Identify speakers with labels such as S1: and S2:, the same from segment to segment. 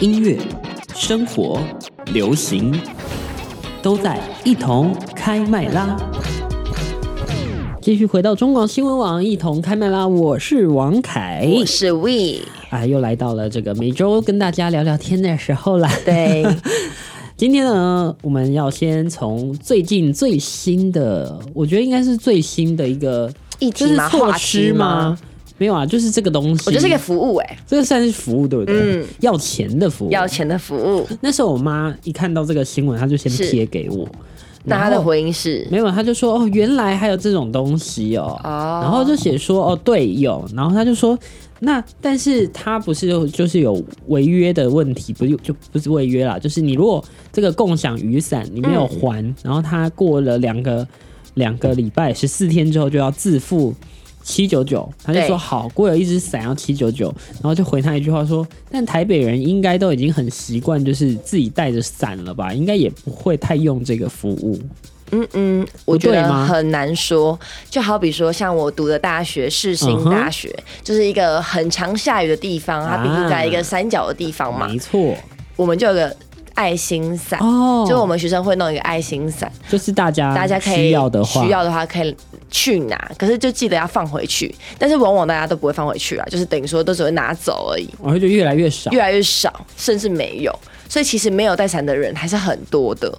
S1: 音乐、生活、流行，都在一同开麦啦。继续回到中广新闻网，一同开麦啦！我是王凯，
S2: 我是 We，
S1: 啊，又来到了这个每周跟大家聊聊天的时候啦。
S2: 对，
S1: 今天呢，我们要先从最近最新的，我觉得应该是最新的一个
S2: 议
S1: 这
S2: 题
S1: 是
S2: 吗？
S1: 措
S2: 话
S1: 施
S2: 题吗？？
S1: 没有啊，就是这个东西。
S2: 我觉得是个服务哎、
S1: 这个算是服务，对不对？
S2: 嗯
S1: 要钱的服务。
S2: 要钱的服务。
S1: 那时候我妈一看到这个新闻，她就先
S2: 是
S1: 贴给我。
S2: 那他
S1: 然
S2: 的
S1: 后
S2: 回应是
S1: 没有，她就说哦，原来还有这种东西哦。
S2: 哦
S1: 然后就写说哦，对，有。然后她就说，那但是她不是就就是有违约的问题，不就就不是违约啦，就是你如果这个共享雨伞你没有还，然后她过了两个两个礼拜十四天之后就要自付。七九九，他就
S2: 对
S1: 说好，我有一只伞要七九九，然后就回他一句话说，但台北人应该都已经很习惯，就是自己带着伞了吧，应该也不会太用这个服务。
S2: 嗯嗯，我
S1: 不
S2: 觉
S1: 对
S2: 得
S1: 吗
S2: 很难说。就好比说，像我读的大学世
S1: 嗯
S2: 新
S1: 哼
S2: 大学就是一个很常下雨的地方，它毕竟在一
S1: 啊
S2: 个山脚的地方嘛，
S1: 没错，
S2: 我们就有个爱心伞。
S1: 哦，
S2: 就我们学生会弄一个爱心伞，
S1: 就是大家
S2: 大家可以
S1: 需要的话，
S2: 需要的话可以去拿，可是就记得要放回去。但是往往大家都不会放回去啊，就是等于说都只会拿走而已。
S1: 然哦后就越来越少
S2: 越来越少，甚至没有。所以其实没有带伞的人还是很多的，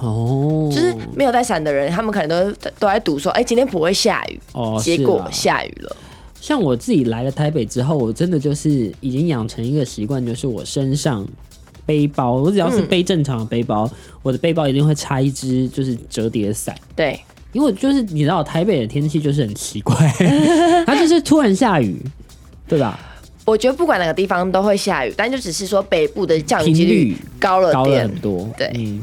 S1: 哦，
S2: 就是没有带伞的人，他们可能都都在赌说，哎、今天不会下雨，
S1: 哦
S2: 结
S1: 是
S2: 果
S1: 啦
S2: 下雨了，
S1: 像我自己来了台北之后，我真的就是已经养成一个习惯，就是我身上背包，我只要
S2: 嗯
S1: 是背正常的背包，我的背包一定会插一只就是折叠伞。
S2: 对，
S1: 因为我就是你知道，台北的天气就是很奇 怪，它就是突然下雨，对吧？
S2: 我觉得不管哪个地方都会下雨，但就只是说北部的降雨
S1: 频
S2: 几
S1: 率
S2: 率高了
S1: 高了
S2: 点。
S1: 很多。
S2: 对
S1: 嗯，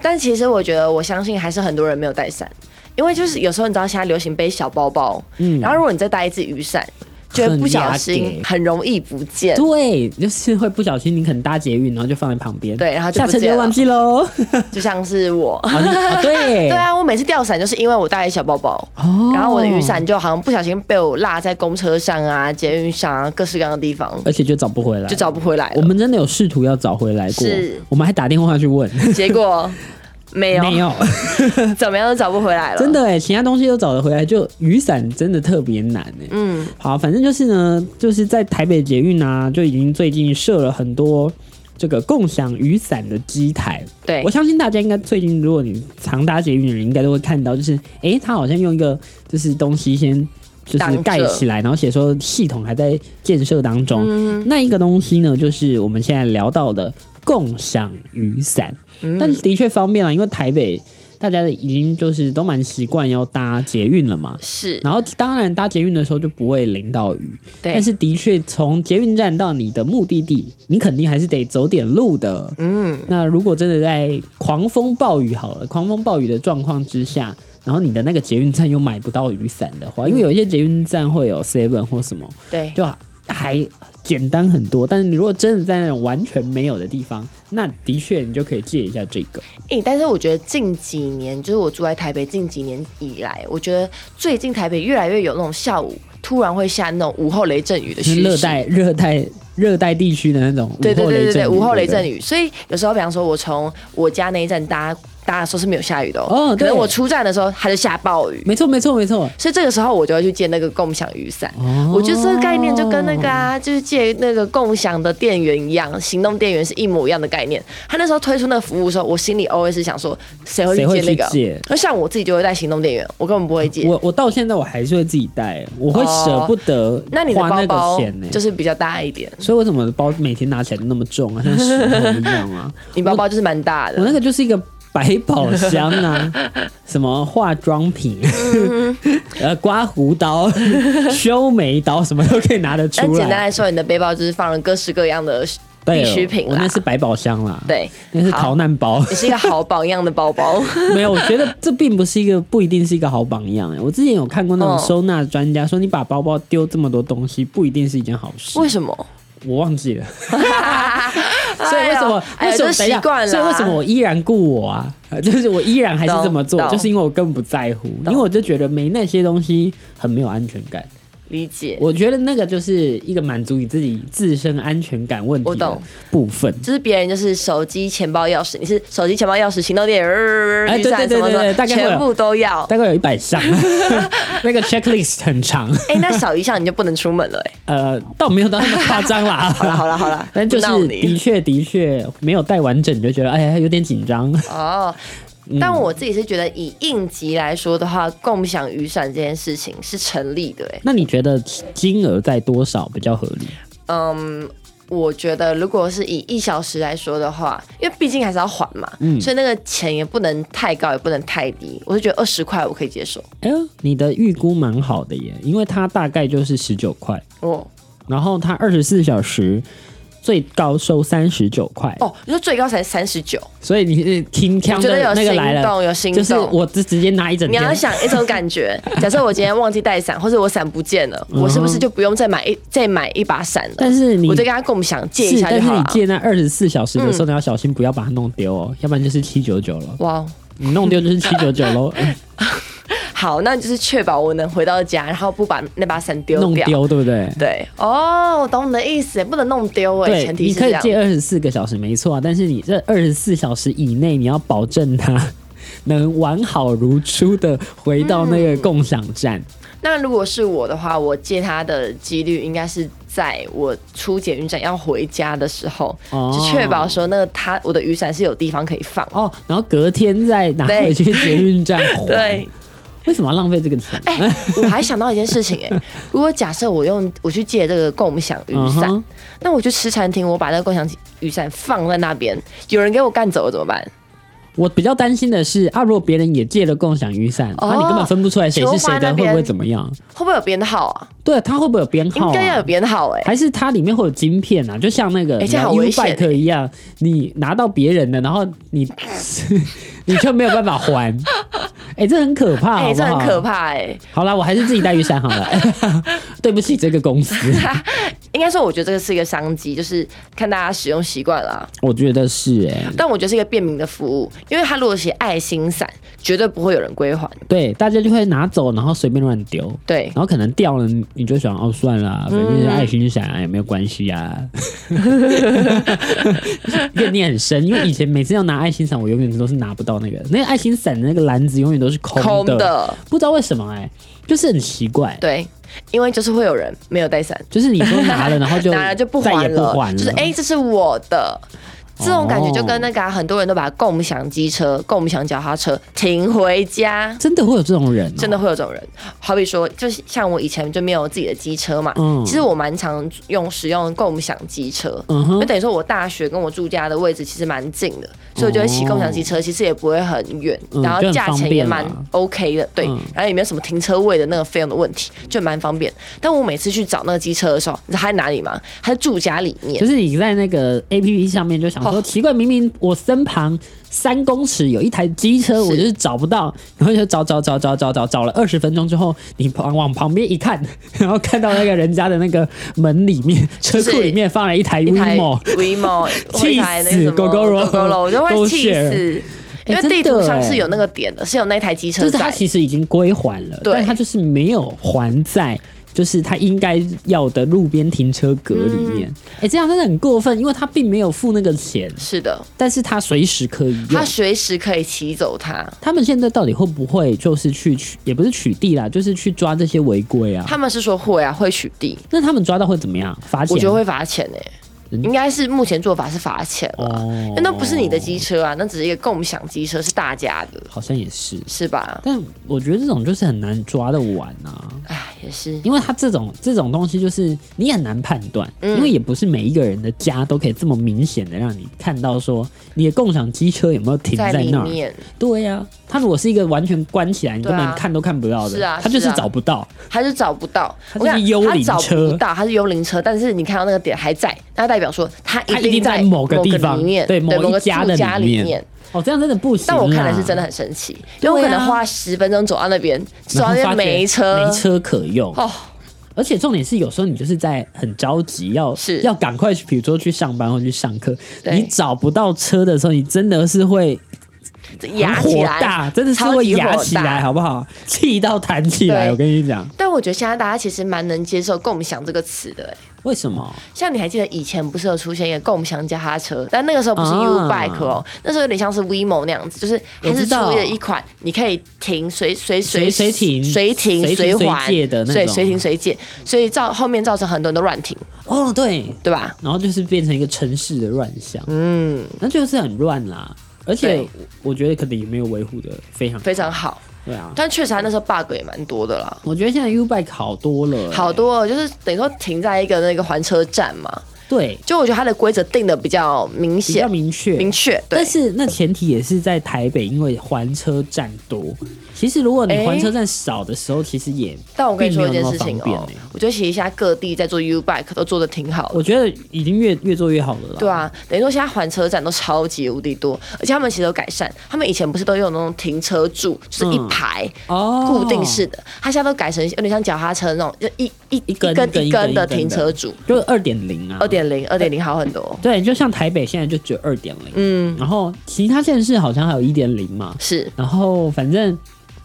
S2: 但其实我觉得，我相信还是很多人没有带伞，因为就是有时候你知道现在流行背小包包，
S1: 嗯
S2: 然后如果你再带一只雨伞，就会不小
S1: 很
S2: 心
S1: 压给
S2: 很容易不见。
S1: 对，就是会不小心，你可能搭捷运，然后就放在旁边，
S2: 对然后就
S1: 下
S2: 不
S1: 车就
S2: 见了
S1: 忘记喽。
S2: 就像是我，
S1: 啊你啊对
S2: 对 啊，我每次掉伞就是因为我带小包包，
S1: 哦
S2: 然后我的雨，伞就好像不小心被我落在公车上啊、捷运上啊各式各样的地方，
S1: 而且就找不回来，
S2: 就找不回来
S1: 我
S2: 了。
S1: 们真的有试图要找回来过
S2: 是，
S1: 我们还打电话去问，
S2: 结果没有，
S1: 没 有，
S2: 怎么样都找不回来了。
S1: 真，的哎，其他东西都找得回来，就雨伞真的特别难哎。
S2: 嗯，
S1: 好，反正就是呢，就是在台北捷运啊，就已经最近设了很多这个共享雨伞的机台。
S2: 对
S1: 我，相信大家应该最近，如果你常搭捷运的人，应该都会看到，就是诶，它好像用一个就是东西先就是
S2: 挡着
S1: 盖起来，然后写说系统还在建设当中。
S2: 嗯
S1: 那一个东西呢，就是我们现在聊到的共享雨伞，
S2: 嗯
S1: 但的确方便了，啊因为台北大家已经就是都蛮习惯要搭捷运了嘛。
S2: 是，
S1: 然后当然搭捷运的时候就不会淋到雨，
S2: 对
S1: 但，是的确从捷运站到你的目的地，你肯定还是得走点路的。
S2: 嗯，
S1: 那如果真的在狂风暴雨好了，狂风暴雨的状况之下，然后你的那个捷运站又买不到雨伞的话，因为有一些捷运站会有 seven 或什么，
S2: 对，
S1: 就还简单很多。但是你如果真的在那种完全没有的地方，那的确你就可以借一下这个。
S2: 诶，但是我觉得近几年，就是我住在台北近几年以来，我觉得最近台北越来越有那种下午突然会下那种午后雷阵雨的
S1: 就是
S2: 趋势。
S1: 热带、热带、热带地区的那种
S2: 对对对对对，午后雷阵
S1: 雨。
S2: 雨。所以有时候，比方说，我从我家那一站搭搭的时候是没有下雨的
S1: 哦
S2: 哦，可
S1: 对
S2: 能我出站的时候它就下暴雨，
S1: 没错，没错，没错。
S2: 所以这个时候我就会去借那个共享雨伞。
S1: 哦
S2: 我觉得这个概念就跟那个啊，就是借那个共享的电源一样，行动电源是一模一样的概念。他那时候推出那个服务的时候，我心里 always 想说，谁会去
S1: 谁会
S2: 借那
S1: 去
S2: 个？
S1: 借？
S2: 那像我自己就会带行动电源，我根本不会借。
S1: 我我到现在我还是会自己带，我会舍不得
S2: 哦那你的
S1: 花
S2: 包
S1: 那个
S2: 包
S1: 钱呢、
S2: 就是比较大一点，
S1: 所以为什么我的包每天拿起来都那么重啊，像 石头一样 啊？
S2: 你包包就是蛮大
S1: 我
S2: 的。
S1: 那个就是一个百宝箱 啊，什么化妆品，啊
S2: 嗯
S1: 呃，刮胡 刀、修眉刀，什么都可以拿得
S2: 但
S1: 出
S2: 简单
S1: 来。
S2: 来说，你的背包就是放了各式各样的
S1: 对哦
S2: 必需品
S1: 我那
S2: 啦。
S1: 是百宝箱啦，，
S2: 对，
S1: 那是
S2: 好
S1: 逃难 包。
S2: 你是一个好榜样的 包包。
S1: 没有，我觉得这并不是一个不一定是一个好榜样、欸。我之前有看过那种
S2: 哦
S1: 收纳专家说，你把包包丢这么多东西，不一定是一件好事。
S2: 为什么？
S1: 我忘记了， 所以为什么？
S2: 哎呦
S1: 为什么？
S2: 哎呦这
S1: 等一下
S2: 习惯了
S1: 所以为什么我依然顾我啊？呃就是我依然还是这么做，
S2: 懂懂
S1: 就是因为我根本不在乎，因为我就觉得没那些东西很没有安全感。
S2: 理解，
S1: 我觉得那个就是一个满足你自己自身安全感问
S2: 我
S1: 题的
S2: 懂
S1: 部分。
S2: 就是别人就是手机、钱包、钥匙，你是手机、钱包、钥匙、行动电源、
S1: 哎
S2: 雨
S1: 对
S2: 伞
S1: 对
S2: 什么
S1: 对对
S2: 的，
S1: 对大概会有
S2: 全部都要。
S1: 大概有一百 项，那个 checklist 很长，
S2: 哎、那少一项你就不能出门了、哎，
S1: 呃，倒没有到那么夸张啦。
S2: 好了好了好了，
S1: 但就
S2: 不闹
S1: 是
S2: 你
S1: 的确的确没有带完整，你就觉得哎呀有点紧张。
S2: 哦。但我自己是觉得，以应急来说的话，共享雨伞这件事情是成立的、哎，
S1: 那你觉得金额在多少比较合理？
S2: 嗯，我觉得如果是以一小时来说的话，因为毕竟还是要还嘛，
S1: 嗯
S2: 所以那个钱也不能太高，也不能太低。我就觉得二十块我可以接受。
S1: 哎呦，你的预估蛮好的耶，因为它大概就是十九块，
S2: 哦
S1: 然后它二十四小时最高收三十九块，
S2: 哦，你说最高才三十九，
S1: 所以你是听腔
S2: 我觉
S1: 的
S2: 得有
S1: 那个来
S2: 心
S1: 了，
S2: 动，有心
S1: 就是
S2: 动。
S1: 我直直接拿一整
S2: 你要
S1: 天。
S2: 想一种感觉，假设我今天忘记带伞，或者我伞不见了，我是不是就不用再买一再买一把伞了？
S1: 嗯但是你
S2: 我就跟他共享借一
S1: 是，
S2: 下就
S1: 但是
S2: 好
S1: 你
S2: 了。嗯
S1: 借那二十四小时的时候，你要小心不要把它弄丢哦，要不然就是七九九了。
S2: 哇，哦
S1: 你弄丢就是七九九喽，嗯
S2: 好，那就是确保我能回到家，然后不把那把伞 丢
S1: 弄
S2: 掉。
S1: 丢对不对？
S2: 对，哦，我懂你的意思，不能弄丢哎，
S1: 对，
S2: 前提
S1: 你
S2: 是
S1: 可
S2: 这
S1: 以
S2: 样。
S1: 借二十四个小时，没错啊。但是你这二十四小时以内，你要保证它 能完好如初的回到那
S2: 嗯
S1: 个共享站。
S2: 那如果是我的话，我借他的几率应该是在我出检雨伞要回家的时候，
S1: 哦
S2: 就确保说那个他我的雨伞是有地方可以放。
S1: 哦，然后隔天再拿回去捷运 站还。
S2: 对，
S1: 为什么要浪费这个钱？啊
S2: 哎、我还想到一件事情、 哎，如果假设我用我去借这个共享雨
S1: 嗯
S2: 伞
S1: 哼
S2: 那我去吃餐厅，我把那个共享雨伞放在那边，有人给我干走了怎么办？
S1: 我比较担心的是啊，如果别人也借了共享雨伞，
S2: 哦
S1: 啊，你根本分不出来谁是谁
S2: 球花那
S1: 的，
S2: 边
S1: 会不会怎么样？
S2: 会不会有编号啊？
S1: 对，它会不会有编号、
S2: 应
S1: 啊？
S2: 该要有编号哎、
S1: 还是它里面会有晶片啊，就像那个
S2: 哎这样好
S1: U
S2: 危险
S1: bike 一样，你拿到别人的，然后你 你就没有办法 还，哎、这很可怕，
S2: 哎、
S1: 好不
S2: 这
S1: 好？
S2: 很可怕哎、
S1: 好啦，我还是自己带雨伞好了， 对不起这个 公司，
S2: 应该说，我觉得这个是一个商机，就是看大家使用习惯啦。
S1: 我觉得是哎、
S2: 但我觉得是一个便民的服务，因为它如果写爱心伞，绝对不会有人归还。
S1: 对，大家就会拿走，然后随便乱丢。
S2: 对
S1: 然，后可能掉了，你就想哦，算了，反正是
S2: 嗯
S1: 爱心伞啊也没有关系啊。 怨念很深，因为以前每次要拿爱心伞，我永远都是拿不到那个，那个爱心伞的那个篮子永远都是哦空的，
S2: 空的，
S1: 不知道为什么哎、就是很奇怪，
S2: 对，因为就是会有人没有带伞，
S1: 就是你都拿了，然后就
S2: 拿了就不
S1: 再也
S2: 还
S1: 不
S2: 了，
S1: 还
S2: 就是哎、这是我的。这种感觉就跟那个啊、很多人都把共享机车、共享脚踏车停回家，
S1: 真的会有这种人、哦
S2: 真的。会有这种人。好比说，就是像我以前就没有自己的机车嘛，
S1: 嗯
S2: 其实我蛮常用使用共享机车，
S1: 嗯
S2: 就
S1: 哼，
S2: 等于说我大学跟我住家的位置其实蛮近的，所以我就会骑共享机车，其实也不会很远，
S1: 哦嗯
S2: 然后价钱也蛮
S1: 就很方
S2: OK 的，对
S1: 嗯，
S2: 然后也没有什么停车位的那个费用的问题，就蛮方便。但我每次去找那个机车的时候，你知道它在哪里吗？它在住家里面
S1: 就。是你在那个 A P P 上面就想说，
S2: 哦
S1: 奇怪，明明我身旁三公尺有一台机车，我就是找不到，然后就找找找找找找找了二十分钟之后，你旁往旁边一看， 然后看到那个人家的那个门里面、车库里面放了一台
S2: 一台
S1: Wemo。
S2: Vimo，
S1: 气
S2: 一台那个
S1: 死
S2: 什么
S1: Gogoro
S2: 我就会
S1: Go
S2: 气
S1: share
S2: 死。因为
S1: 真的
S2: 地图上
S1: 欸
S2: 是有那个点的，是有那台机
S1: 就是
S2: 车
S1: 他
S2: 在。
S1: 其实已经归还了，
S2: 对
S1: 但他就是没有还在，就是他应该要的路边停车格里
S2: 嗯
S1: 面。哎、这样真的很过分，因为他并没有付那个钱，
S2: 是的，
S1: 但是他随时可以用
S2: 他。随时可以骑走它。
S1: 他们现在到底会不会就是去取，也不是取缔啦，就是去抓这些违规啊？
S2: 他们是说会啊，会取缔，
S1: 那他们抓到会怎么样？罚钱？嗯
S2: 我觉得会罚钱诶、应该是目前做法是罚钱了啊，
S1: 哦
S2: 那、那不是你的机车啊，那只是一个共享机车，是大家的，
S1: 好像也是，
S2: 是吧？
S1: 但我觉得这种就是很难抓得完啊，
S2: 哎，也是，
S1: 因为他这种这种东西就是你很难判断，
S2: 嗯
S1: 因为也不是每一个人的家都可以这么明显的让你看到说你的共享机车有没有停
S2: 在
S1: 在
S2: 里
S1: 那儿。
S2: 面，
S1: 对呀、他如果是一个完全关起来，你
S2: 对
S1: 根
S2: 啊
S1: 本看都看不到的，
S2: 是啊
S1: 他就是
S2: 是啊
S1: 找不到。
S2: 他就找不到，
S1: 它
S2: 我跟
S1: 是
S2: 你讲
S1: 幽灵
S2: 它找
S1: 车
S2: 不到，他是幽灵车，但是你看到那个点还在，那代表说他
S1: 它
S2: 一
S1: 一
S2: 定
S1: 定在某个地方
S2: 里面，
S1: 对某一
S2: 个
S1: 家
S2: 住
S1: 的
S2: 家
S1: 里
S2: 里
S1: 面哦，这样真的不行。
S2: 但我看来是真
S1: 的。
S2: 的很神奇，因为我可能花十分钟走到那边，走
S1: 然
S2: 到
S1: 后
S2: 那
S1: 发
S2: 边
S1: 觉
S2: 没车，
S1: 没车可用。
S2: 哦，
S1: 而且重点是，有时候你就是在很着急，要
S2: 是
S1: 要赶快去，比如说去上班或去上课，
S2: 对
S1: 你找不到车的时候，你真的是会
S2: 这压起
S1: 很火
S2: 来，
S1: 大真的是会压起
S2: 超级火
S1: 来，
S2: 大
S1: 好不好？气到弹起来，
S2: 对
S1: 我跟你 讲，
S2: 但我觉得现在大家其实蛮能接受“共享”这个词的、欸，
S1: 为什么？
S2: 像你还记得以前不是有出现一个共享脚踏车，但那个时候不是
S1: 啊
S2: U Bike 哦，那时候有点像是 WeMo 那样子，就是还
S1: 我
S2: 是
S1: 知
S2: 出
S1: 道
S2: 了一款你可以停随随随
S1: 随停
S2: 随停
S1: 随停
S2: 随
S1: 随
S2: 还
S1: 借的那
S2: 对，
S1: 种
S2: 随停随借，所以造后面造成很多人都乱停，
S1: 哦，对，
S2: 对吧？
S1: 然后就是变成一个城市的乱象，
S2: 嗯，
S1: 那就是很乱啦。而且
S2: 对
S1: 我觉得可能也没有维护的非常
S2: 非常好，
S1: 对啊。
S2: 但确实他那时候 bug 也蛮多的啦，
S1: 我觉得现在 U bike 好多了、
S2: 好多哦就是等于说停在一个那个还车站嘛，
S1: 对，
S2: 就我觉得它的规则定的比较明
S1: 比较
S2: 显
S1: 明确，
S2: 明确，对
S1: 但是那前提也是在台北，因为还车站多。其实如果你
S2: 哎
S1: 还车站少的时候，其实也
S2: 但我跟你说一件事情
S1: 并没有那么
S2: 哦
S1: 方便欸，
S2: 我觉得其实现在各地在做 U Bike 都做的挺好的。
S1: 我觉得已经越越做越好了啦。
S2: 对啊，等于说现在还车站都超级无敌多，而且他们其实有改善。他们以前不是都用那种停车柱，就是一
S1: 嗯
S2: 排
S1: 哦，
S2: 固定式的，他现在都改成有点像脚踏车那种，就一一
S1: 一根
S2: 根
S1: 一根
S2: 根
S1: 一
S2: 的
S1: 根
S2: 停
S1: 的
S2: 车柱。
S1: 就是二点零啊，
S2: 二点零，二点零好很多。
S1: 对，就像台北现在就只有二点零，
S2: 嗯，
S1: 然后其他县市好像还有一点零嘛，
S2: 是
S1: 然后反正。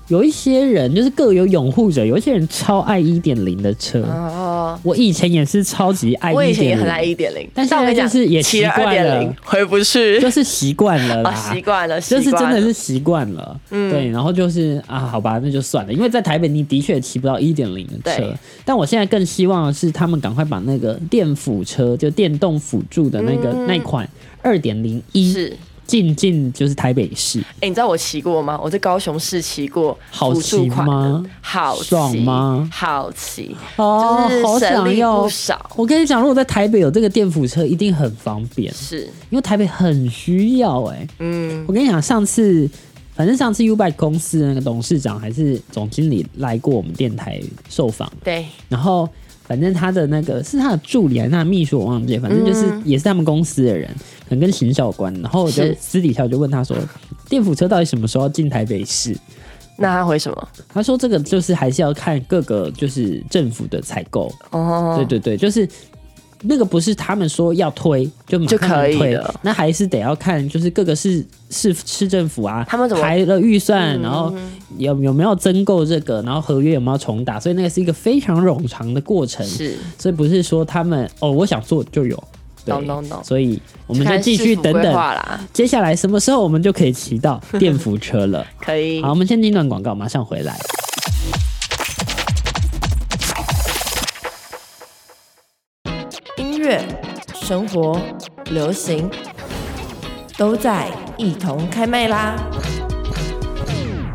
S1: 有一些人就是各有拥护者，有一些人超爱一点零的车。
S2: 哦。
S1: 我以前也是超级爱1.0，
S2: 我以前也很爱一点零，
S1: 但
S2: 我
S1: 现在
S2: 跟你讲
S1: 就是也
S2: 骑了
S1: 习
S2: 二
S1: 惯
S2: 点
S1: 了
S2: 零回不去，
S1: 就是习惯 了啦
S2: 啊，习惯了，嗯习
S1: 就是真
S2: 惯
S1: 的
S2: 了
S1: 是习惯了，对，然后就是啊，好吧，那就算了，因为在台北你的确骑不到一点零的车
S2: 对，
S1: 但我现在更希望的是他们赶快把那个电辅车，就电动辅助的那个、那款二点零一
S2: 嗯是。
S1: 进进就是台北市，
S2: 哎、你知道我骑过吗？我在高雄市骑过
S1: 好
S2: 辅助
S1: 骑
S2: 款
S1: 吗
S2: 的，好骑
S1: 爽吗
S2: 好骑，
S1: 哦
S2: 就是
S1: 好
S2: 省
S1: 想
S2: 力
S1: 要
S2: 不少。
S1: 我跟你讲，如果在台北有这个电辅车，一定很方便，
S2: 是，
S1: 因为台北很需要哎、
S2: 嗯，
S1: 我跟你讲，上次反正上次 U Bike 公司的那个董事长还是总经理来过我们电台受访。
S2: 对，
S1: 然后反正他的那个是他的助理还是他的秘书，我忘记了，反正就是
S2: 嗯
S1: 也是他们公司的人，可能跟行销有关。然后我就是私底下我就问他说，电辅车到底什么时候进台北市？
S2: 那他回什么？
S1: 他说这个就是还是要看各个就是政府的采购，
S2: 哦，
S1: 对对对，就是。那个不是他们说要推就马上
S2: 就可以
S1: 推
S2: 了，
S1: 那还是得要看，就是各个市市市政府啊，
S2: 他们怎么嗯
S1: 排了预算，然后有有没有增购这个，然后合约有没有重打，所以那个是一个非常冗长的过程。
S2: 是
S1: 所以不是说他们哦，我想做就有。对
S2: 懂懂懂
S1: 所以我们就
S2: 看
S1: 继
S2: 市
S1: 续
S2: 府
S1: 等
S2: 规
S1: 等，
S2: 划啦，
S1: 接下来什么时候我们就可以骑到 电扶车了？
S2: 可以
S1: 好，我们先听一段广告，马上回来。
S2: 音乐、生活、流行都在一同开麦啦。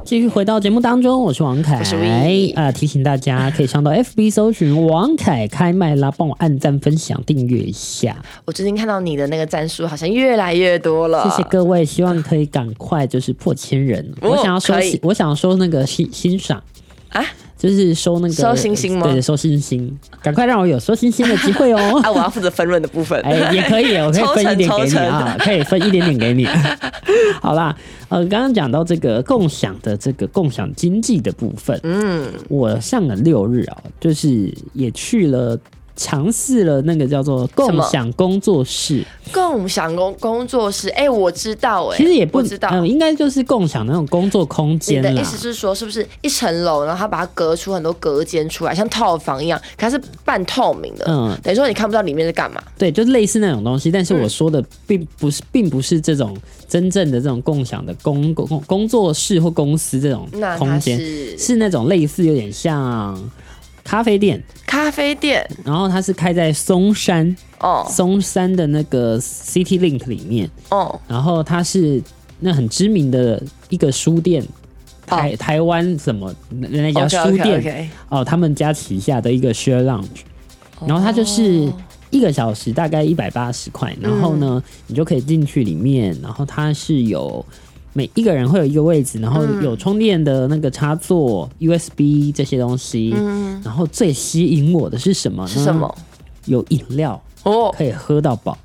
S1: 继续回到节目当中，我是王凯，
S2: 我是 V
S1: 啊、提醒大家可以上到 FB 搜寻王凯开麦啦，帮我按赞、分享、订阅一下，
S2: 我最近看到你的那个战术好像越来越多了，
S1: 谢谢各位，希望可以赶快就是破千人。
S2: 哦
S1: 我想要收
S2: 可以
S1: 喜，我想收那个欣欣赏
S2: 啊，
S1: 就是收那个
S2: 收星星吗。
S1: 对，收星星，赶快让我有收星星的机会哦
S2: 啊！我要负责分润的部分，
S1: 哎、也可以，我可以
S2: 抽
S1: 分
S2: 成
S1: 一点给
S2: 抽
S1: 你
S2: 成
S1: 啊，可以分一点点给你。 好啦，呃，刚刚讲到这个共享的这个共享经济的部分，
S2: 嗯，
S1: 我上个六日啊，就是也去了。尝试了那个叫做
S2: 什
S1: 共
S2: 么
S1: 享工作室，
S2: 共享工工作室，哎、我知道、哎，
S1: 其实也不
S2: 我知道。
S1: 嗯，应该就是共享那种工作空
S2: 你
S1: 间
S2: 的意
S1: 啦。
S2: 思是说，是不是一层楼，然后它把它隔出很多隔间出来，像套房一样，可它是半透明的，
S1: 嗯
S2: 等于说你看不到里面在干嘛。
S1: 对，就类似那种东西，但是我说的并不是，并不是这种真正的这种共享的工工工作室或公司这种
S2: 那它
S1: 空间，
S2: 是
S1: 是那种类似有点像咖啡店，
S2: 咖啡店
S1: 然后它是开在松山
S2: 哦
S1: 松山的那个 City Link 里面，
S2: 哦，
S1: 然后它是那很知名的一个书店。台台湾什么那那家
S2: OK，
S1: 书
S2: OK，
S1: 店
S2: OK
S1: 哦，他们家旗下的一个 Share Lounge，然
S2: 哦
S1: 后它就是一个小时大概一百八十块，然后呢，
S2: 嗯
S1: 你就可以进去里面，然后它是有每一个人会有一个位置，然后有充电的那个插座、USB 这些东西，然后最吸引我的是什么呢？
S2: 嗯是什么？？
S1: 有饮料
S2: 哦，
S1: 嗯可以喝到饱，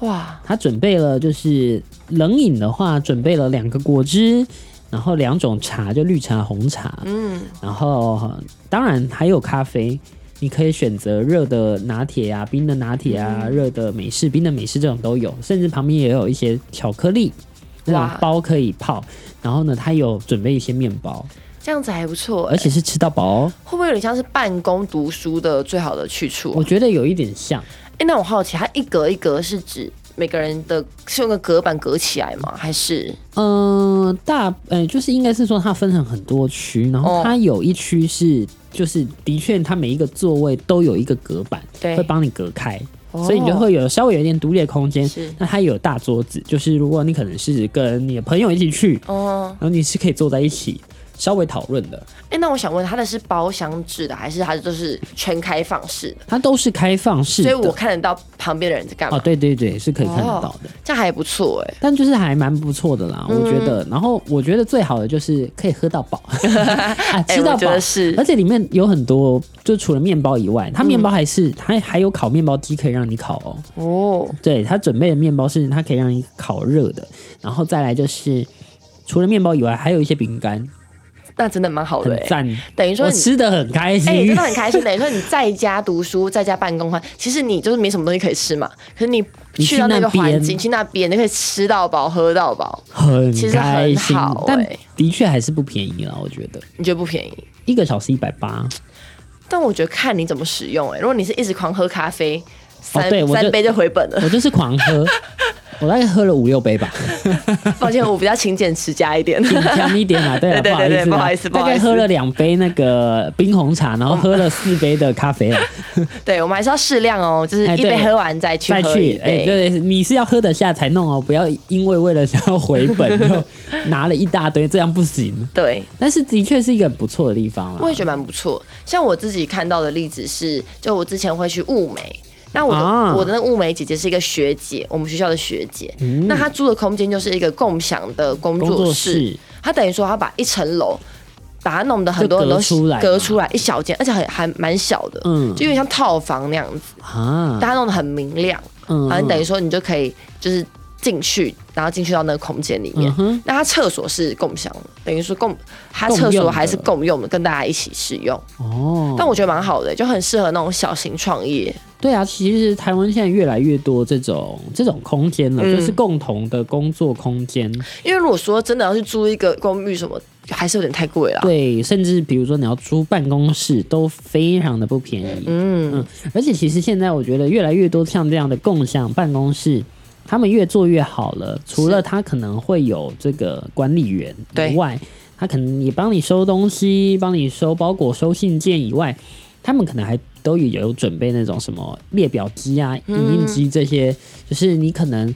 S2: 哇，
S1: 他准备了就是冷饮的话，准备了两个果汁，然后两种茶，就绿茶、红茶，
S2: 嗯，
S1: 然后呃当然还有咖啡，你可以选择热的拿铁啊、冰的拿铁啊、热的美式、冰的美式这种都有，甚至旁边也有一些巧克力。那种
S2: 哇
S1: 包可以泡，然后呢，他有准备一些面包，
S2: 这样子还不错、
S1: 而且是吃到饱哦。
S2: 会不会有点像是办公读书的最好的去处啊、
S1: 我觉得有一点像，
S2: 哎、那我好奇，它一格一格是指每个人的是用个隔板隔起来吗？还是
S1: 嗯、大呃，就是应该是说它分成很多区，然后
S2: 哦
S1: 它有一区是就是的确它每一个座位都有一个隔板，
S2: 对
S1: 会帮你隔开。
S2: 哦
S1: 所以你就会有稍微有一点独立的空间
S2: 是。
S1: 那它有大桌子，就是如果你可能是跟你的朋友一起去，
S2: 哦？
S1: 然后你是可以坐在一起稍微讨论的。
S2: 哎、那我想问，它的是包厢制的，还是它就是全开放式的？
S1: 它都是开放式的，
S2: 所以我看得到旁边的人在干嘛，
S1: 哦，对对对，是可以看得
S2: 哦
S1: 到的。
S2: 这样还不错哎、
S1: 但就是还蛮不错的啦，我觉得。
S2: 嗯
S1: 然后我觉得最好的就是可以喝到 饱，啊，
S2: 哎
S1: 吃到
S2: 我觉
S1: 饱、
S2: 得是
S1: 而且里面有很多，就除了面包以外，它面包还
S2: 嗯
S1: 是、它还有烤面包机可以让你烤哦。
S2: 哦，
S1: 对，它准备的面包是它可以让你烤热的，然后再来就是除了面包以外，还有一些饼干，
S2: 那真的蛮好的、
S1: 很
S2: 欸。
S1: 赞。
S2: 等于说
S1: 我
S2: 你
S1: 吃的很开心，
S2: 哎、真的很开心。等于说你在家读书，在家办公的话，其实你就是没什么东西可以吃嘛。可是你
S1: 你
S2: 去
S1: 去
S2: 到那
S1: 那
S2: 个环
S1: 边
S2: 境，去那边，你可以吃到饱，喝到饱，
S1: 很
S2: 其实很
S1: 开心，
S2: 好
S1: 但
S2: 哎
S1: 的确还是不便宜啦，我觉得
S2: 你觉得不便宜？
S1: 一个小时一百八。
S2: 但我觉得看你怎么使用、欸。哎，如果你是一直狂喝咖啡，三、
S1: 哦对我
S2: 三
S1: 就
S2: 杯就回本了。
S1: 我就是狂喝，我大概喝了五六杯吧，
S2: 抱歉，我比较勤俭持家 一点。
S1: 强一点啊，对啊，
S2: 对对对对
S1: 不
S2: 不好
S1: 好
S2: 意
S1: 意
S2: 思
S1: 思啊，
S2: 不
S1: 大
S2: 好意
S1: 概
S2: 思
S1: 喝了两杯那个冰红茶，然后喝了四杯的咖啡了，
S2: 对，我们还是要适量哦，就是
S1: 哎
S2: 一
S1: 对
S2: 杯喝完再去
S1: 再
S2: 喝一
S1: 去，哎，
S2: 杯。
S1: 对，你是要喝得下才弄哦，不要因为为了想要回 本就拿了一大堆，这样不行。
S2: 对，
S1: 但是的确是一个很不错的地方
S2: 我
S1: 啦。
S2: 也觉得蛮不错。像我自己看到的例子是，就我之前会去雾眉。那我的、
S1: 啊
S2: 我的那个雾眉姐姐是一个学姐，我们学校的学姐。那她住的空间就是一个共享的工
S1: 嗯工
S2: 作
S1: 作
S2: 室，
S1: 室
S2: 她等于说她把一层楼把它弄得很多人
S1: 就隔
S2: 都
S1: 出来嘛
S2: 隔出来一小间，而且还还蛮小的，
S1: 嗯
S2: 就有点像套房那样子，
S1: 啊，
S2: 但它弄得很明亮。
S1: 嗯
S2: 反正等于
S1: 嗯
S2: 说你就可以就是进去，然后进去到那个空间里面。
S1: 嗯哼
S2: 那它厕所是共享的，等于说共它厕
S1: 共用
S2: 所
S1: 的
S2: 还是共用的，跟大家一起使用。
S1: 哦，
S2: 但我觉得蛮好的，就很适合那种小型创业。
S1: 对啊，其实台湾现在越来越多这种这种空间了，
S2: 嗯
S1: 就是共同的工作空间。
S2: 因为如果说真的要去租一个公寓什么，还是有点太贵了。
S1: 对，甚至比如说你要租办公室，都非常的不便宜。
S2: 嗯，
S1: 而且其实现在我觉得越来越多像这样的共享办公室，他们越做越好了。除了他可能会有这个管理员
S2: 对
S1: 以外，他可能也帮你收东西、帮你收包裹、收信件以外，他们可能还都有有准备那种什么列表机啊、影印机这些，就是你可能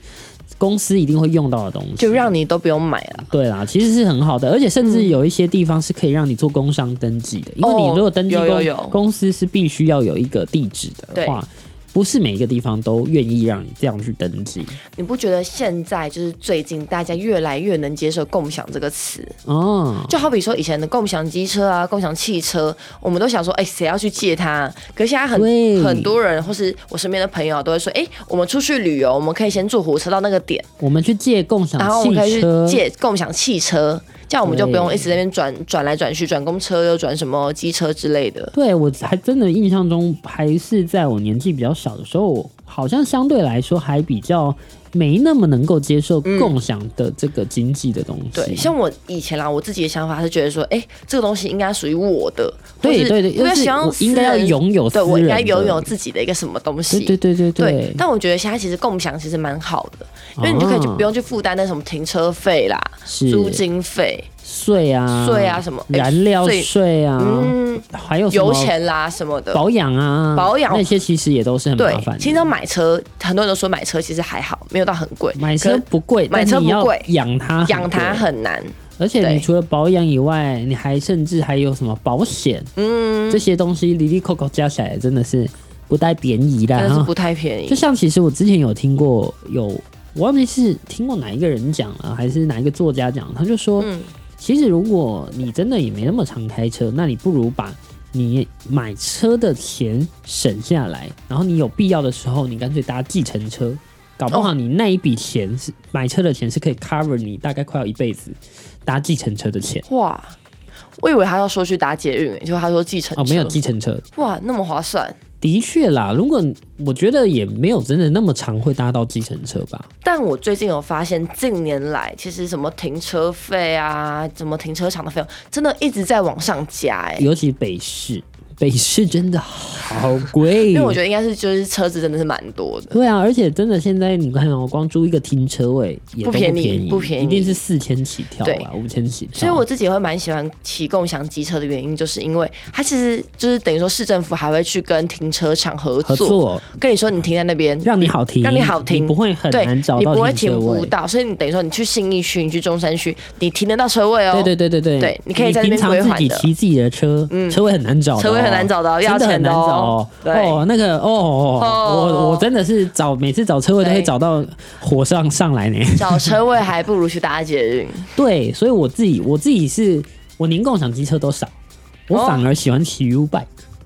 S1: 公司一定会用到的东西，
S2: 就让你都不用买啊了。
S1: 对啦，其实是很好的，而且甚至有一些地方是可以让你做工商登记的，因为你如果登记
S2: 嗯哦
S1: 公
S2: 有有有
S1: 公司是必须要有一个地址的话，不是每一个地方都愿意让你这样去登记
S2: 你不觉得现在就是最近大家越来越能接受“共享”这个词？
S1: 哦。
S2: 就好比说以前的共享机车啊、共享汽车，我们都想说，哎、谁要去借它啊？可是现在很
S1: 对
S2: 很多人，或是我身边的朋友都会说，哎、我们出去旅游，我们可以先坐火车到那个点，
S1: 我们去借共享
S2: 然后
S1: 哦
S2: 我
S1: 汽
S2: 们可以去
S1: 车，
S2: 借共享汽车，这样我们就不用
S1: 对
S2: 一直在那边转转来转去，转公车又转什么机车之类的。
S1: 对我还真的印象中，还是在我年纪比较小的时候，好像相对来说还比较没那么能够接受共享的这个经济的东西。
S2: 嗯对，像我以前啦，我自己的想法是觉得说，哎、这个东西应该属于我的，或
S1: 对
S2: 是
S1: 对对
S2: 我
S1: 就是
S2: 喜欢
S1: 我
S2: 私
S1: 应该要
S2: 人
S1: 拥有
S2: 对
S1: 私
S2: 我应该
S1: 人
S2: 拥
S1: 的
S2: 有自己的一个什么东西。
S1: 对对对对
S2: 对，但我觉得现在其实共享其实蛮好的，因为你就可以就
S1: 啊
S2: 不用去负担那什么停车费啦、
S1: 是
S2: 租金费、
S1: 税啊、
S2: 税啊什么哎
S1: 燃料
S2: 税
S1: 税啊，
S2: 嗯
S1: 还有什么
S2: 油钱啦什么的。
S1: 保养啊、
S2: 保养
S1: 那些，其实也都是很
S2: 对
S1: 麻烦，的。
S2: 其实要买车，很多人都说买车其实还好，没有到很贵。
S1: 买车
S2: 可
S1: 不贵，
S2: 买
S1: 但
S2: 车
S1: 你
S2: 不
S1: 要
S2: 贵
S1: 养它 很贵
S2: 养它，很难，
S1: 而且
S2: 对
S1: 你除了保养以外，你还甚至还有什么保险、
S2: 嗯，
S1: 这些东西，里里扣扣加起来真的是不带便宜的
S2: 真的是
S1: 啊。
S2: 不太便宜
S1: 就。像其实我之前有听过有，我忘记是听过哪一个人讲了，还是哪一个作家讲，他就说，
S2: 嗯
S1: 其实如果你真的也没那么常开车，那你不如把你买车的钱省下来，然后你有必要的时候，你干脆搭计程车。搞不
S2: 哦
S1: 好你那一笔钱是、买车的钱是可以 cover 你大概快要一辈子搭计程车的钱。
S2: 哇，我以为他要说去搭捷运，结果他说计程车。
S1: 哦，没有计程车，
S2: 哇，那么划算。
S1: 的确啦。如果我觉得也没有真的那么常会搭到计程车吧，
S2: 但我最近有发现，近年来其实什么停车费啊，什么停车场的费用，真的一直在往上加、欸。哎，
S1: 尤其北市，北市真的好贵。啊
S2: 因为我觉得应该是就是车子真的是蛮多的。
S1: 对啊，而且真的现在你看哦，光租一个停车位也都
S2: 不便宜
S1: 宜，
S2: 不便宜
S1: 一定是四千起跳
S2: 对
S1: 吧，五千起跳。啊
S2: 所以我自己会蛮喜欢骑共享机车的原因，就是因为它其实就是等于说市政府还会去跟停车场合
S1: 合
S2: 作，
S1: 作
S2: 跟你说你停在那边，
S1: 让你好停，
S2: 让你好停，
S1: 你不会很
S2: 对
S1: 难找
S2: 你
S1: 到
S2: 不会
S1: 停
S2: 停
S1: 车
S2: 不
S1: 位。
S2: 到，所以你等于说你去信义区，你去中山区，你停得到车位哦。
S1: 对对对对对，
S2: 对你可以在那
S1: 平
S2: 边
S1: 常
S2: 规
S1: 自
S2: 划
S1: 己
S2: 的嗯
S1: 骑自己的车，车位很难找的哦，
S2: 车位很难找的哦要
S1: 真的很
S2: 钱的
S1: 难
S2: 哦
S1: 找哦。
S2: 对
S1: 哦，那个哦哦，
S2: 哦
S1: 我我真的是找每次找车位都会
S2: 对
S1: 找到火上上 来呢。
S2: 找车位还不如去搭捷运。
S1: 对，所以我自己我自己是我连共享机车都少，我
S2: 哦
S1: 反而喜欢骑 U bike，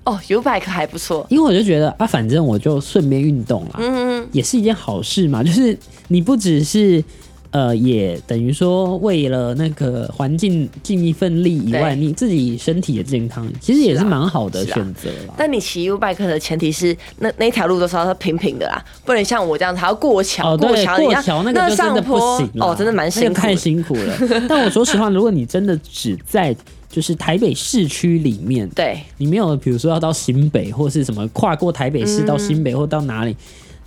S2: 哦，U bike 还不错。
S1: 因为我就觉得啊，反正我就顺便运动啦，
S2: 嗯，
S1: 也是一件好事嘛。 就是你不只是呃，也等于说为了那个环境尽一份力以外，
S2: 对
S1: 你自己身体也健康，其实也是
S2: 是啊
S1: 蛮好的
S2: 是啊
S1: 选择啦。
S2: 但你骑 U bike 的前提是那那条路都是要平平的啦，不能像我这样子还要过桥、
S1: 哦，
S2: 过
S1: 对，
S2: 桥，你
S1: 过
S2: 要
S1: 桥那个
S2: 那
S1: 就真的
S2: 上
S1: 不
S2: 坡
S1: 行啦
S2: 哦，真的蛮
S1: 那
S2: 辛
S1: 个
S2: 苦
S1: 太
S2: 的。
S1: 辛苦了。但我说实话，如果你真的只在就是台北市区里面，
S2: 对，
S1: 你没有比如说要到新北或是什么跨过台北
S2: 嗯
S1: 市到新北或到哪里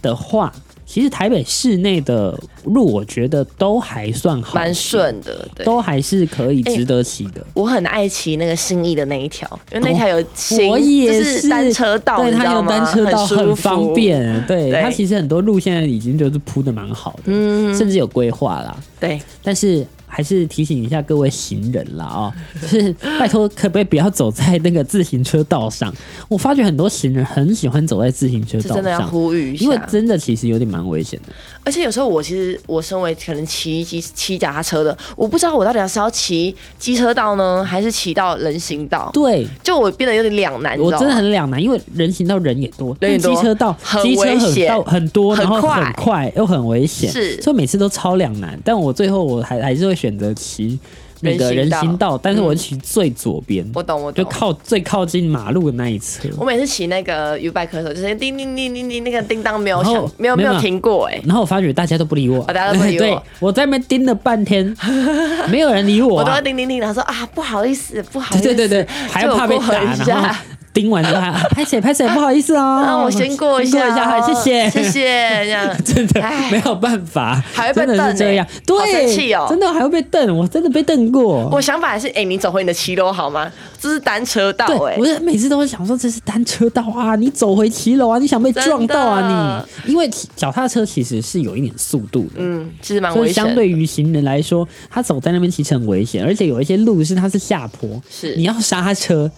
S1: 的话，其实台北市内的路我觉得都还算好，
S2: 蛮，顺的。对，
S1: 都还是可以值得骑的。
S2: 我很爱骑那个信义的那一条，因为那条有新、
S1: 哦我也
S2: 哎就是单车道，
S1: 对
S2: 你知
S1: 它
S2: 道
S1: 有
S2: 吗？
S1: 单车道
S2: 舒服
S1: 很方。便，对
S2: 对嗯
S1: 它其实很多路现在已经就是铺的蛮好的，甚至有规划啦。
S2: 对，
S1: 但是还是提醒一下各位行人啦啊、 就是拜托可不可以不要走在那个自行车道上？我发觉很多行人很喜欢走在自行车
S2: 这
S1: 道
S2: 真的要
S1: 上，
S2: 呼吁一下，
S1: 因为真的其实有点蛮危险的。
S2: 而且有时候我其实我身为可能骑骑骑脚踏车的，我不知道我到底是要骑机车道呢，还是骑到人行道，
S1: 对，
S2: 就我变得有点两难，你
S1: 我
S2: 知道
S1: 真的
S2: 吗？
S1: 很两难，因为人行道人也多，
S2: 啊人也多
S1: 但机车道
S2: 很
S1: 机车
S2: 危
S1: 很
S2: 险
S1: 道很多，然
S2: 很
S1: 后
S2: 快
S1: 很快又很危险，
S2: 是
S1: 所以每次都超两难。但我最后我还还是会选择骑那个人
S2: 人行道
S1: 行道，但是我骑最左边，
S2: 我懂，我
S1: 就
S2: 懂。
S1: 靠最靠近马路的那一侧。
S2: 我每次骑那个 U bike 的时候，就是叮叮叮叮叮，那个叮当没有
S1: 然后
S2: 响，没有
S1: 没
S2: 没
S1: 有
S2: 有停过哎、欸
S1: 然后我发觉大家都不理我，
S2: 哦大家都不理我
S1: 对，我在那边盯了半 天，没有人理我
S2: 我都
S1: 啊、
S2: 会叮叮叮，然后说啊不好意思，不好 意
S1: 对
S2: 思，
S1: 对对对，还要怕被打，
S2: 就我过一下
S1: 然后盯完之后 还拍谁拍谁，不好意 思哦，
S2: 啊我先过一
S1: 先
S2: 下
S1: 一下，
S2: 哦，
S1: 好谢
S2: 谢
S1: 谢。
S2: 谢这样。
S1: 真的
S2: 哎
S1: 没有办法，
S2: 还会被
S1: 真的是
S2: 瞪
S1: 这
S2: 欸
S1: 样，
S2: 好生
S1: 对，
S2: 气哦
S1: 真的还会被瞪，我真的被瞪过。
S2: 我想法还是，哎、你走回你的骑楼好吗？这是单车道、
S1: 对，
S2: 哎
S1: 我，是每次都会想说这是单车道啊，你走回骑楼啊，你想被
S2: 真
S1: 撞到啊
S2: 的
S1: 你，因为骑脚踏车其实是有一点速度的，
S2: 嗯，其实蛮
S1: 所
S2: 危
S1: 以
S2: 险的。
S1: 相对于行人来说，他走在那边其实很危险，而且有一些路是它是下坡，
S2: 是
S1: 你要刹车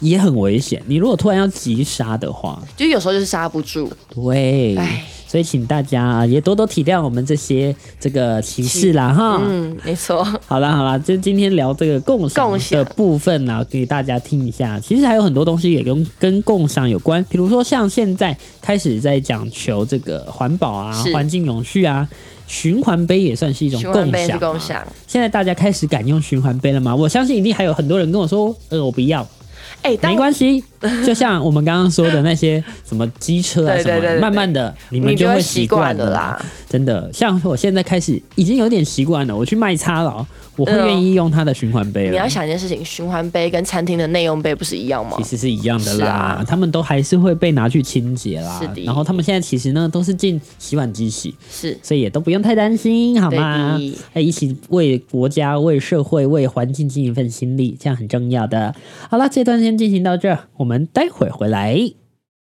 S1: 也很危险。你如果突然要急刹的话，
S2: 就有时候就是刹不住，
S1: 对
S2: 唉，
S1: 所以请大家也多多体谅我们这些这个歧视啦哈。
S2: 嗯，没错，
S1: 好啦好啦，就今天聊这个共享
S2: 共
S1: 的
S2: 享
S1: 部分啦，给大家听一下。其实还有很多东西也跟跟共享有关，比如说像现在开始在讲求这个环保啊、
S2: 是
S1: 环境永续啊，循环杯也算是一种
S2: 循
S1: 共享、
S2: 环
S1: 啊。
S2: 杯是共享。
S1: 现在大家开始敢用循环杯了吗？我相信一定还有很多人跟我说，呃，我不要，
S2: 哎、但
S1: 没关系。就像我们刚刚说的那些什么机车啊
S2: 对
S1: 什么
S2: 对对
S1: 的，
S2: 对
S1: 慢慢的你
S2: 你
S1: 们
S2: 就
S1: 会
S2: 会
S1: 习
S2: 习惯
S1: 惯
S2: 了
S1: 的
S2: 啦。。
S1: 真的，像我现在开始已经有点习惯了，我去卖叉了，我会
S2: 对哦
S1: 愿意用它的循环杯
S2: 你要
S1: 了。
S2: 想一件事情，循环杯跟餐厅的内用杯不是一样吗
S1: 其？实是一样的
S2: 是
S1: 啦，
S2: 啊
S1: 他们都还是会被拿去清洁啦
S2: 是的。
S1: 然后他们现在其实呢都是进洗碗机洗，
S2: 是，
S1: 所以也都不用太担心，好吗
S2: 对的？
S1: 哎，一起为国家、为社会、为环境尽一份心力，这样很重要的。好了，这段先进行到这儿，我们待会儿回来。